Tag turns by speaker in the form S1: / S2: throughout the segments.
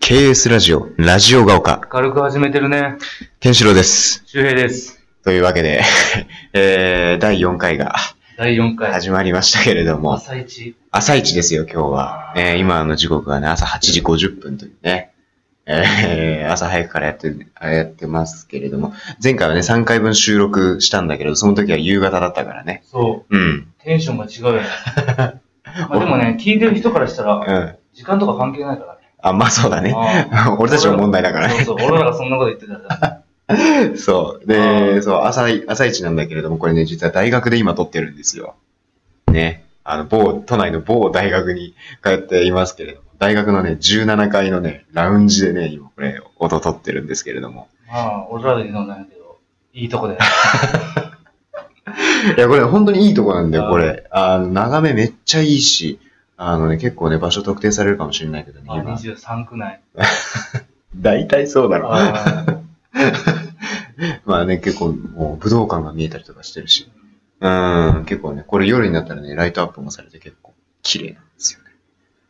S1: KS ラジオ、ラジオが丘、
S2: 軽く始めてるね。
S1: ケンシロウです。
S2: 周平です。
S1: というわけで、 えー、第4回が
S2: 第4回。
S1: 始まりましたけれども、
S2: 朝一。
S1: 朝一ですよ、今日は。えー、今の時刻はね、朝8時50分というね、えー、朝早くからやって、やってますけれども、前回はね、3回分収録したんだけど、その時は夕方だったからね。
S2: そ
S1: うん
S2: う。。テンションが違 うよね。まあでもね、聞いてる人からした
S1: う
S2: ら、
S1: ん。
S2: 時間とか関係ないからね。
S1: あ、まあそうだね。
S2: あ
S1: 俺たちも問題だからね。
S2: そうそう、俺らがそんなこと言ってたら。
S1: そう。
S2: う
S1: で、
S2: ん
S1: そう、朝い、朝一なんだけれども、これね、実は大学で今撮ってるんですよ。ね。あの、某、都内の某大学に通っていますけれども、大学のね、17階のね、ラウンジでね、今これ、音撮ってるんですけれども。
S2: まあ、俺らで言うのないけど、いいとこで。
S1: いや、これ本当にいいとこなんだよ、
S2: うん
S1: これ。あの、眺めめっちゃいいし、あのね、結構ね、場所特定されるかもしれないけどね、
S2: まあ、
S1: 今。
S2: 23区内。
S1: 大体そうだろう。
S2: あー
S1: まあね、結構もう武道館が見えたりとかしてるし。うん、結構ね、これ夜になったらね、ライトアップもされて結構綺麗なんですよね。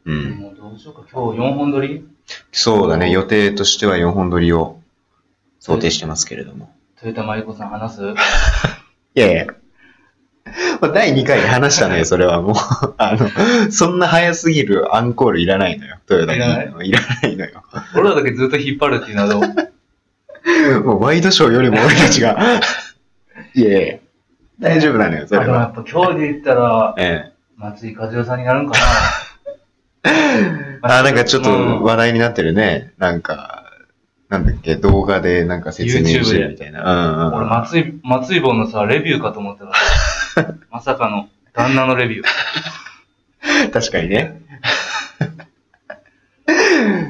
S1: うん。
S2: もうどうしようか、今日4本撮り
S1: そうだね、予定としては4本撮りを想定してますけれども。
S2: 豊田真由子さん話す
S1: いやいや。 まあ、第2回で話 したね、それはもう。あの、そんな早すぎるアンコールいらないのよ。トヨタに。
S2: いら
S1: いらないのよ。
S2: 俺らだけずっと引っ張るっていうのは どう
S1: もうワイドショーよりも俺たちが。 いやいや。 大丈夫なのよ、そ
S2: あ
S1: れ
S2: でもや
S1: は。
S2: っぱ今日で言ったら、
S1: ええ。
S2: 松井和代さんになるんかな。
S1: あ、なんかちょっと
S2: うん
S1: 話題になってるね。なんか、なんだっけ、動画でなんか説明してるみたいな。うんうん
S2: 俺、
S1: うん。
S2: 松井、松井本のさ、レビューかと思ってた。 まさかの、旦那のレビュー。
S1: 確かにね。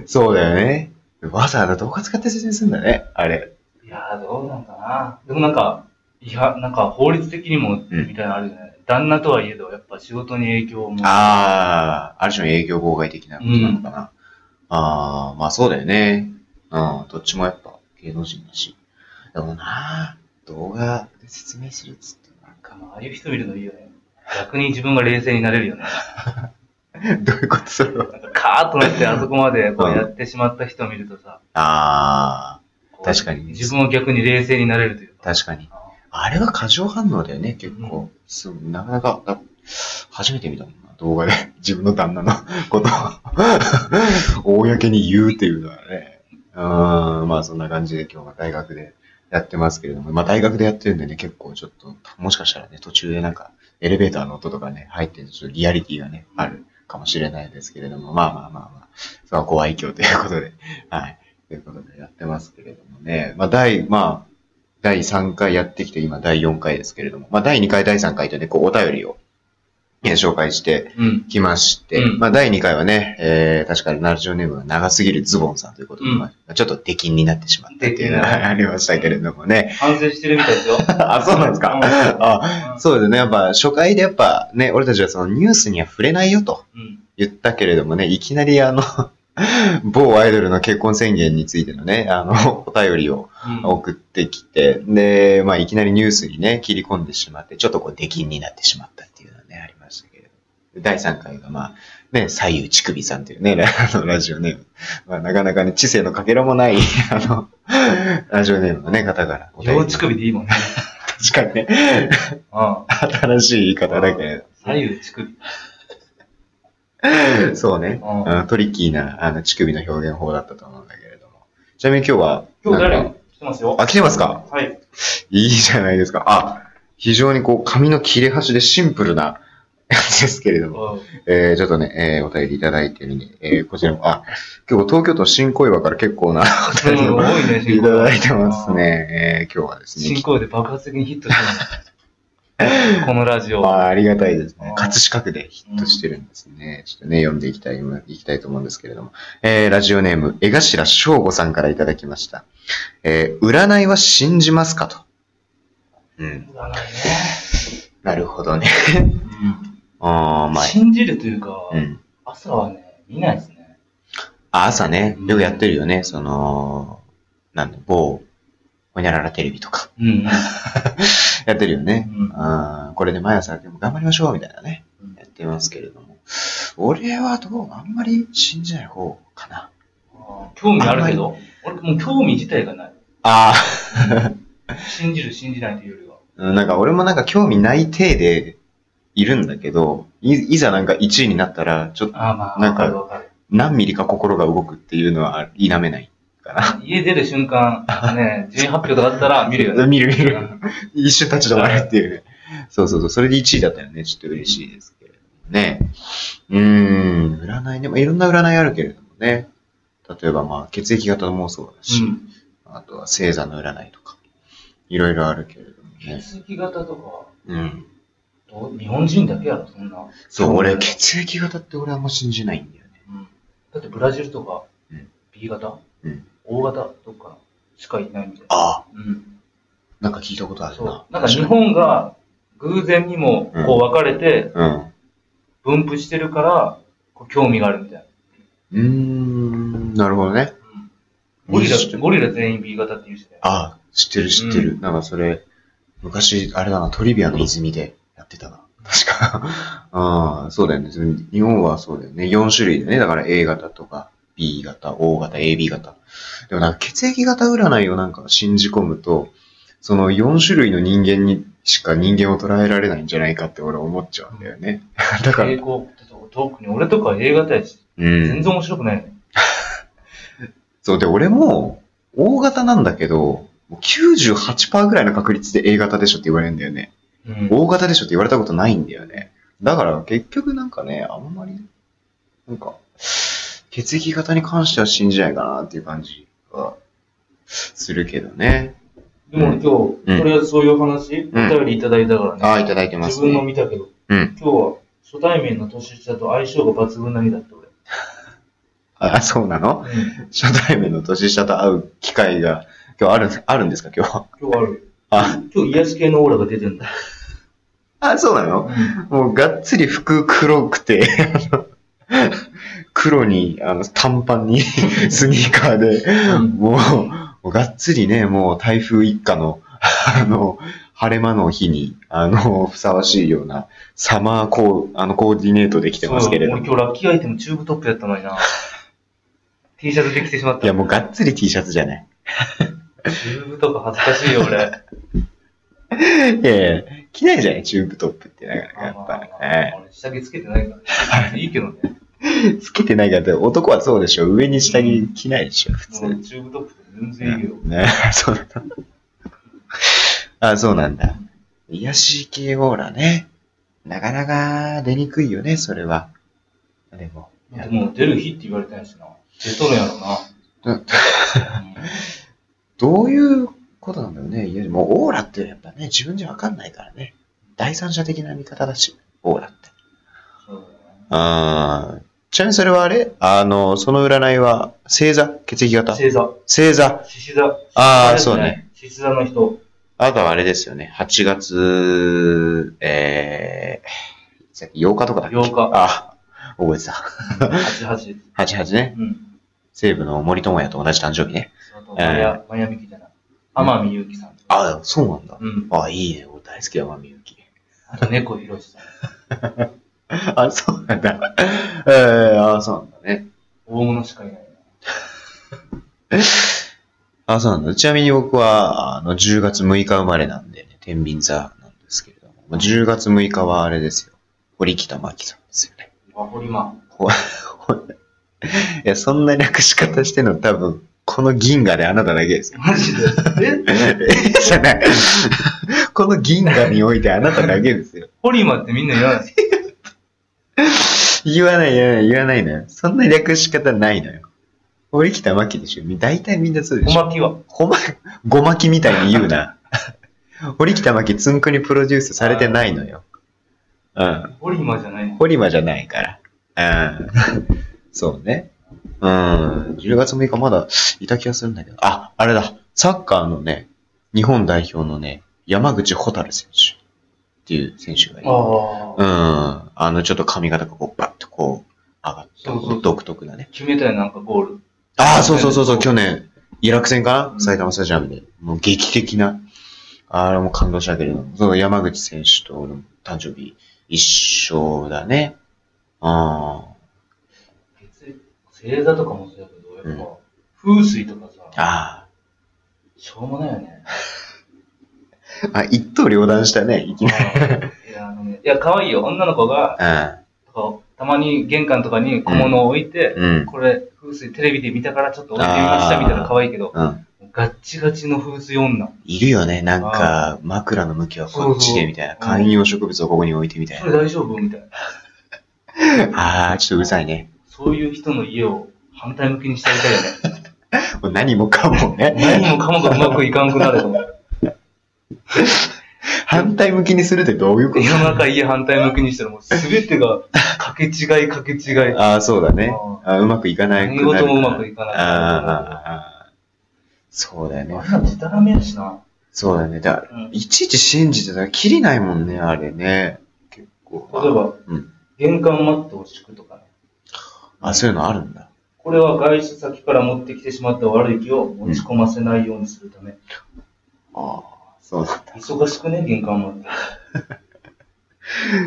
S1: そうだよね。わざわざ動画使って説明するんだね、あれ。
S2: いやー、どうなんかな。でもなんか、いや、なんか法律的にも、
S1: うん
S2: みたいなのあるよね。旦那とはいえど、やっぱ仕事に影響をも。
S1: ああ、ある種の営業妨害的なことなのかな。ああ、まあそうだよね。うん、どっちもやっぱ芸能人だし。でもな、動画で説明するっつってなんか、
S2: ああいう人見るのいいよね。逆に自分が冷静になれるよね。
S1: どういうことそれは。
S2: なんかカーッとなって、あそこまでこ
S1: う
S2: うんやってしまった人を見るとさ、
S1: ああ。
S2: こう
S1: 確かにね
S2: 自分を逆に冷静になれるというか。
S1: 確かに。あれは過剰反応だよね、結
S2: う
S1: 構。すなかなか、な初めて見たもんな、動画で。 自分の旦那のことを、公に言うっていうのはね。うん、まあそんな感じで今日は大学でやってますけれども、まあ大学でやってるんでね、結構ちょっと、もしかしたらね、途中でなんか、エレベーターの音とかね、入ってるとちょっとリアリティがね、あるかもしれないですけれども、まあまあまあまあ、そこはご愛嬌ということで、はい、ということでやってますけれどもね、まあ第、まあ、第3回やってきて、今第4回ですけれども、まあ、第2回、第3回とね、こう、お便りを、えー紹介して
S2: うん。
S1: きまして、
S2: うん
S1: まあ、第2回はね、えー、確かにラジオネームが長すぎるズボンさんということで、
S2: うん
S1: まあちょっと出禁になってしまったっていうの
S2: 出禁
S1: がありましたけれどもね。
S2: 反省してるみたいですよ。
S1: あ、そうなんですか。
S2: うん
S1: あ
S2: うん
S1: そうですね。やっぱ、初回でやっぱね、俺たちはそのニュースには触れないよと
S2: うん。
S1: 言ったけれどもね、いきなりあの、某アイドルの結婚宣言についてのね、あの、お便りを
S2: うん
S1: 送ってきて、で、まあ、いきなりニュースにね、切り込んでしまって、ちょっとこう、出禁になってしまったっていうのはね、ありましたけれど。第3回が、まあ、ね、左右乳首さんというね、ラ あのラジオネーム。まあ、なかなかね、知性のかけらもない、 あの、ラジオネームのね、方から。
S2: 両乳首でいいもんね。
S1: 確かにね、
S2: うん。
S1: 新しい言い方だけれ
S2: 左右乳首。
S1: ど。そうね、
S2: うん
S1: あのトリッキーな、あの、乳首の表現法だったと思うんだけれども。ちなみに今日は、
S2: 今日
S1: なんか
S2: 誰来てますよ。
S1: あ、来てますか
S2: はい。
S1: いいじゃないですか。あ、非常にこう、紙の切れ端でシンプルなやつですけれども。えー、ちょっとね、えー、お便りいただいてるんで、えー、こちらも、あ、結構東京都新小岩から結構なお便り
S2: うん
S1: を
S2: 多いね、
S1: い
S2: 新
S1: た
S2: 行
S1: だいてます。ね。えー、今日はですね
S2: 新、行で爆発的にヒットし てるのこのラジ
S1: ま
S2: オ。
S1: あ、ありがたいですね
S2: あ。ー
S1: 葛飾区でヒットしてるんですね。ちょっとね、読んでいきたい、いきたいと思うんですけれども。えー、ラジオネーム、江頭翔吾さんからいただきました。えー、占いは信じますかと。うん。
S2: 占いね
S1: なるほ どね。
S2: うん
S1: あー、まあ、
S2: 信じるというか
S1: う、ん。
S2: 朝はね、見ないですね。
S1: あ、朝ね
S2: う、ん
S1: よくやってるよね、その、なんだ、某、ほにゃららテレビとか、
S2: うんうん。
S1: やってるよね。
S2: うん
S1: あーこれで毎朝、でも頑張りましょう、みたいなね
S2: うん、
S1: やってますけれども。俺はどう、あんまり信じない方かな。
S2: ああ興味あるけど、俺もう興味自体がない。
S1: あ
S2: 信じる、信じないというよりは。
S1: あ、なんか俺もなんか興味ない体でいるんだけど、いいざなんか1位になったら、ちょっと
S2: ああまあ、
S1: なん
S2: わ
S1: か
S2: かるわかる。
S1: 何ミリか心が動くっていうのは否めないかな。
S2: 家出る瞬間、 ね、順位発表とかあったら見るよね。
S1: 見る見る。
S2: う
S1: 一瞬立ち止まるっていうね。そうそうそう。それで1位だったよね。ちょっと嬉しいですけれどもね。うーん。占いね。まあ、いろんな占いあるけれどもね。例えばまあ、血液型もそうだし、
S2: ん。
S1: あとは星座の占いとか、いろいろあるけれどもね。
S2: 血液型とか
S1: うん。
S2: どう、日本人だけやろ、そんな。
S1: そう、
S2: う
S1: 俺、
S2: ん
S1: 血液型って俺あんま信じないんだよね。
S2: うんだってブラジルとか
S1: うん
S2: B 型、
S1: うん、
S2: O 型とかしかいないみたいな。
S1: ああ、
S2: うん、
S1: なんか聞いたことある
S2: そ
S1: な。
S2: う。なんか日本が偶然にもこう分かれて
S1: うん。
S2: 分布してるから、こう興味があるみたいな。
S1: うーん、なるほどね。
S2: ゴリラ
S1: 知って、る
S2: ゴリラ全員 B 型って言うしね。
S1: ああ、知ってる知ってる。
S2: う
S1: なんかそれ、昔、あれだな、トリビアの泉でやってたな。確か。 ああ、そうだよね。それ日本はそうだよね。4種類だよね。だから A 型とか B 型、O 型、AB 型。でもなんか血液型占いをなんか信じ込むと、その4種類の人間にしか人間を捉えられないんじゃないかって俺思っちゃうんだよ ね。だから、
S2: 英語、特に俺とか A 型やし、
S1: うん
S2: 全。然面白くないよね。
S1: そう、で、俺も、O 型なんだけど、もう98%ぐらいの確率で A 型でしょって言われるんだよね。
S2: うん。
S1: 大型でしょって言われたことないんだよね。だから結局なんかね、あんまり、なんか、血液型に関しては信じないかなっていう感じはするけどね。
S2: でも俺今
S1: うん
S2: 日、これはそういう話、
S1: うん
S2: お便りいただいたからね。
S1: ああ、いただいてま
S2: 自
S1: す
S2: 分の
S1: ね。
S2: 見たけど、
S1: うん。
S2: 今日は初対面の年下と相性が抜群な日だって俺。
S1: あ、そうなの初対面の年下と会う機会が今日ある、あるんですか今日。
S2: 今日ある。
S1: あ、
S2: 今日癒し系のオーラが出てんだ。
S1: あ、そうなのもうがっつり服黒くて、あの黒に、あの、短パンに、スニーカーで、
S2: うん
S1: もう、もうがっつりね、もう台風一過の、 あの、晴れ間の日に、あの、ふさわしいような、サマーコー、あの、コーディネートで来てますけれど
S2: そう
S1: も。
S2: 俺今日ラッキーアイテムチューブトップやったのにな。T シャツできてしまっ
S1: い
S2: た。
S1: や、もうがっつり T シャツじゃない。
S2: チューブとか恥ずかしいよ、俺。
S1: いやいや、着ないじゃない、チューブトップって、なかなかやっ
S2: まあまあま
S1: ぱ。
S2: あ
S1: え
S2: 俺下着つけてないから。いいけどね。
S1: えつけてないからって、男はそうでしょ。上に下着着ないでしょ、普通。
S2: 俺チューブトップって全然いいよ。
S1: ね、 そうなんだ。あ、そうなんだ。癒し系オーラね。なかなか出にくいよね、それは。でも。
S2: でも出る日って言われてないしな。出とるやろ
S1: だ
S2: な。
S1: どういうことなんだろうね。いや、でもオーラってやっぱね、自分じゃわかんないからね。第三者的な見方だし、オーラって。
S2: そうだね
S1: あーちなみにそれはあれあの、その占いは、星座血液型
S2: 星座、
S1: 星座。
S2: 獅子座。
S1: あー
S2: れです
S1: そうね。
S2: 獅子座の人。
S1: あとはあれですよね。8月、えー、さっき8日とかだっけ
S2: 8日
S1: あ、覚えてた。
S2: 88。
S1: 88ね。
S2: うん。
S1: 西武の森友哉と同じ誕生日ね。
S2: その後マヤ、マヤミキじゃない。天海祐希さん。
S1: あ、そうなんだ。
S2: うん。
S1: あ、いいね。俺大好き、山美由紀。
S2: あと猫ひろしさん。
S1: あ、そうなんだ。えー、あ、そうなんだね。
S2: 大物しかいないな。
S1: あ、そうなんだ。ちなみに僕は、あの、10月6日生まれなんでね、天秤座なんですけれども、まあ10月6日はあれですよ。堀北真希さんですよね。
S2: ワホリマ
S1: いや、そんな略し方してんの多分、この銀河であなただけですよ。
S2: ン。マジで。え
S1: え じゃない。この銀河においてあなただけですよ。
S2: ホリマってみんな言わない。
S1: 言わない、言わない、言わないのよ。そんな略し方ないのよ。堀北真希でしょ。大体みんなそうで
S2: お
S1: しょ。
S2: まきは。
S1: ごま、ごまきみたいに言う な。堀北真希つんくにプロデュースされてないのよ。うん。
S2: ホリマじゃないの。
S1: ホリマじゃないから。うん。そうね。うん。10月6日まだいた気がするんだけど。あ、あれだ。サッカーのね、日本代表のね、山口蛍選手っていう選手がいる。
S2: あ
S1: う
S2: あ。
S1: ん。あの、ちょっと髪型がこう、バッとこう、上がって、
S2: そうそう
S1: 独特なね。
S2: 決めたよ、なんかゴール。
S1: ああ、そうそうそうそう、去年、イラク戦かな、
S2: うん
S1: 埼玉スタジアムで。もう劇的な。あれも感動したけれども、そう、山口選手との誕生日一緒だね。ああ。
S2: 星座とかもそうやけど、やっぱ、風水とかさ、
S1: あ
S2: しょうもないよ ね。
S1: あ。あ、一刀両断したね、いきなり。
S2: いや、あのね、いや、可愛いよ。女の子が、こうたまに玄関とかに小物を置いて、
S1: うん。うん。
S2: これ、風水テレビで見たからちょっと置いてみましたみたいな可愛いけど、
S1: うん。
S2: ガッチガチの風水女。
S1: いるよね、なんか、枕の向きはこっちでみたいな。
S2: そうそう
S1: 観葉植物をここに置いてみたい
S2: それ大丈夫みたいな。
S1: な。ああ、ちょっとうるさいね。
S2: そういう人の家を反対向きにしてあげたいよね。
S1: もう何もかもね。
S2: 何もかもがうまくいかんくなると。
S1: 反対向きにするってどういうこ
S2: 世
S1: と
S2: の中家反対向きにしたらもう全てがかけ違いかけ 違い。
S1: ああ、そうだね。あうまくいかない
S2: 何事もうまくいかない。
S1: ああ、そうだよね。
S2: あんなでたらめやしな。
S1: そうだね。だ
S2: うん
S1: いちいち信じてたら、きりないもんね、あれね。結構。
S2: 例えば、
S1: うん
S2: 玄関マットを敷くとかね。
S1: あ、そういうのあるんだ。
S2: これは外出先から持ってきてしまった悪い気を持ち込ませないようにするため。
S1: ああ、そうだ。
S2: 忙しくね、玄関マット。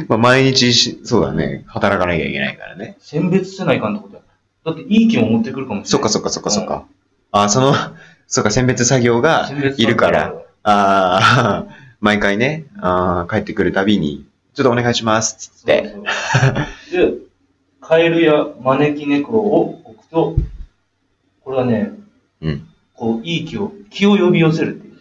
S1: まあ、毎日し、そうだね。働かなきゃいけないからね。
S2: 選別せないかんってことや。だっていい気も持ってくるかもし
S1: そ
S2: れ
S1: っか
S2: ない。
S1: そっかそっかそっか。ああ、その、 そっか、選別作業が
S2: 選別
S1: いるから。。ああ、 毎回ね、ああ、帰ってくるたびに、ちょっとお願いします、つっ
S2: そう
S1: て。
S2: そう。で、カエルや招き猫を置くと、これはね、
S1: うん。
S2: こう、いい気を、気を呼び寄せるっていう。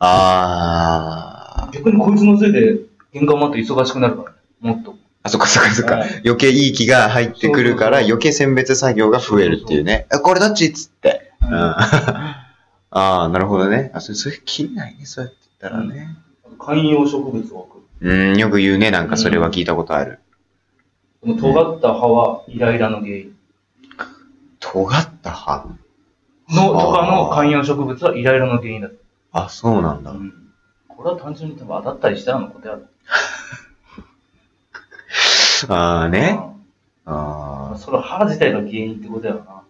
S1: ああ、
S2: 逆にこいつのせいで、玄関マット忙しくなるからね、もっと。
S1: あ、そっかそっかそっか
S2: はい。
S1: 余計いい気が入ってくるから、
S2: そうそうそう
S1: 余計選別作業が増えるっていうね。あこれどっちっつって。うん。 ああー、なるほどね。あ、それ、それ切れないね、そうやって言ったらね。
S2: 観葉植物を置く。
S1: うん、よく言うね。なんかそれは聞いたことある。
S2: この尖った葉はイライラの原因。
S1: 尖った歯
S2: の、とか
S1: あ
S2: の
S1: ー
S2: 観葉植物はイライラの原因だった。
S1: あ、そうなんだ
S2: う。ん。これは単純に多分当たったりしたらのことやろ。
S1: ああね。
S2: う
S1: あ
S2: ん
S1: あ、
S2: それ歯自体が原因ってことやろな。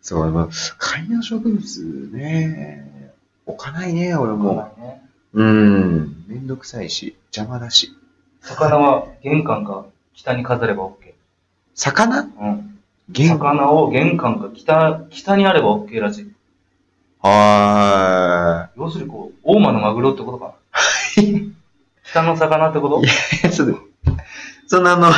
S1: そう、まあ、観葉植物ね。置かないね、俺も。
S2: まあね
S1: うん。めんどくさいし、邪魔だし。
S2: 魚は玄関か北に飾れば OK。
S1: 魚
S2: うん。
S1: 玄関
S2: 魚を玄関か北、北にあれば OK らしい。
S1: ああ。
S2: 要するにこう、大間のマグロってこ とか。北の魚ってこと
S1: ちょっとそんなあの、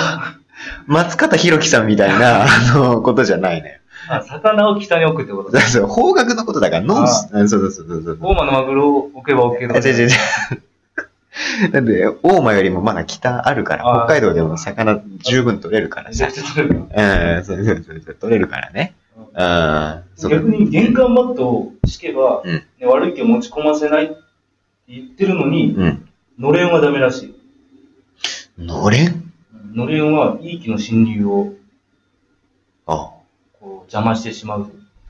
S1: 松方弘樹さんみたい な、あの、ことじゃないね。
S2: あ魚を北に置くってこと
S1: だ
S2: だ。
S1: そう方角のことだから、ノース。うんそうそうそうそうそう。
S2: 大間のマグロを置けば OK ってこ
S1: あ違
S2: と
S1: う違う違 う。だって、大間よりもまだ北あるから、
S2: あー
S1: 北海道でも魚十分取れるから
S2: じゃ
S1: さ
S2: あ。ちょっ
S1: う
S2: と
S1: ん、そうそうそうそう、取れるからね。うん、そう
S2: 逆に玄関マットを敷けば、
S1: うん
S2: ね悪い気を持ち込ませないって言ってるのに、
S1: うん。
S2: のれんはダメらしい。
S1: のれん
S2: のれんはいい気の侵入を
S1: あ、
S2: こう邪魔してしまう。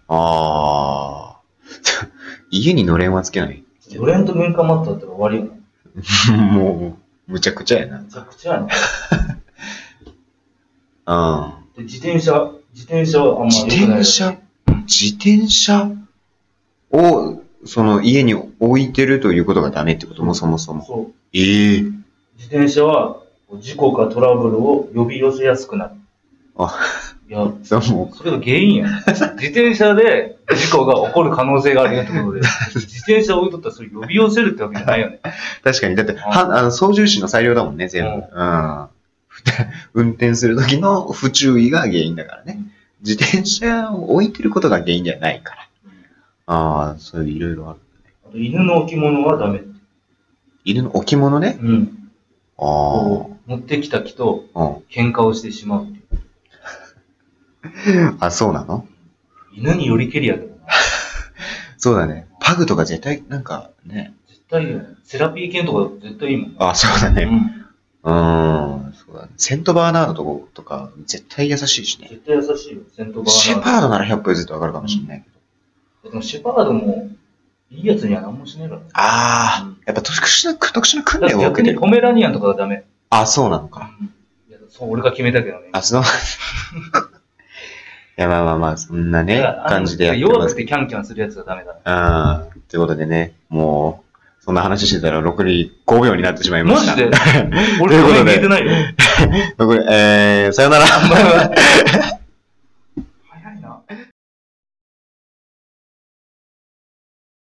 S1: あー 家にのれんはつけない。
S2: のれんと玄関マットだったら終わりよな。
S1: もう、むちゃくちゃやな。
S2: めちゃくちゃやな。
S1: うん。
S2: で自転車、自転車はあんま
S1: 自
S2: 良くないら
S1: 転
S2: しい。
S1: 車自転車を、その家に置いてるということがダメってこともそもそも。
S2: そう。
S1: ええ
S2: 自転車は事故かトラブルを呼び寄せやすくなる。
S1: あ、
S2: いや、
S1: そうも
S2: それが原因や。自転車で事故が起こる可能性があるよってことで、自転車を置いとったらそれ呼び寄せるってわけじゃないよね。
S1: う確かに。だって、は、あの、操縦士の裁量だもんね、全部。
S2: う
S1: うんん。ふた運転する時の不注意が原因だからね。自転車を置いてることが原因じゃないから。ああ、そういういろいろある。
S2: あと犬の置物はダメ。
S1: 犬の置物ね。
S2: うん。
S1: ああ
S2: こう持ってきた木と。
S1: うん。
S2: 喧嘩をしてしまうっていう。
S1: あ、そうなの
S2: 犬によりけりやけどな。
S1: そうだね。パグとか絶対、なんかね。
S2: 絶対いいよね。セラピー犬とかだと絶対いいもん。
S1: あ、そうだね。
S2: うん。
S1: うーん、そうだね。セントバーナードとことか、絶対優しいしね。
S2: 絶対優しいよ、セントバーナード。
S1: シェパードなら100歩譲ってわかるかもしれないけど。
S2: でもシェパードも、いいやつには何もしないからね。
S1: ああ、やっぱ特殊な、特殊な訓
S2: だって
S1: 練を受け
S2: 逆
S1: て
S2: に
S1: る
S2: ポ。メラニアンとかはダメ。
S1: あ、そうなのか。
S2: いやそう、俺が決めたけどね。
S1: あ、そう。い や、まあまあまあ、そんなね
S2: だから、あの
S1: 感じでやってま
S2: 弱く
S1: す。
S2: てキャンキャンするやつはダメだ。
S1: ああ、ということでね、もう、そんな話してたら、残り5秒になってしまいま
S2: マ
S1: した。
S2: ジ で
S1: と
S2: 俺
S1: いうことで
S2: 画面見えてないよ。
S1: 残り、えー、さよなら。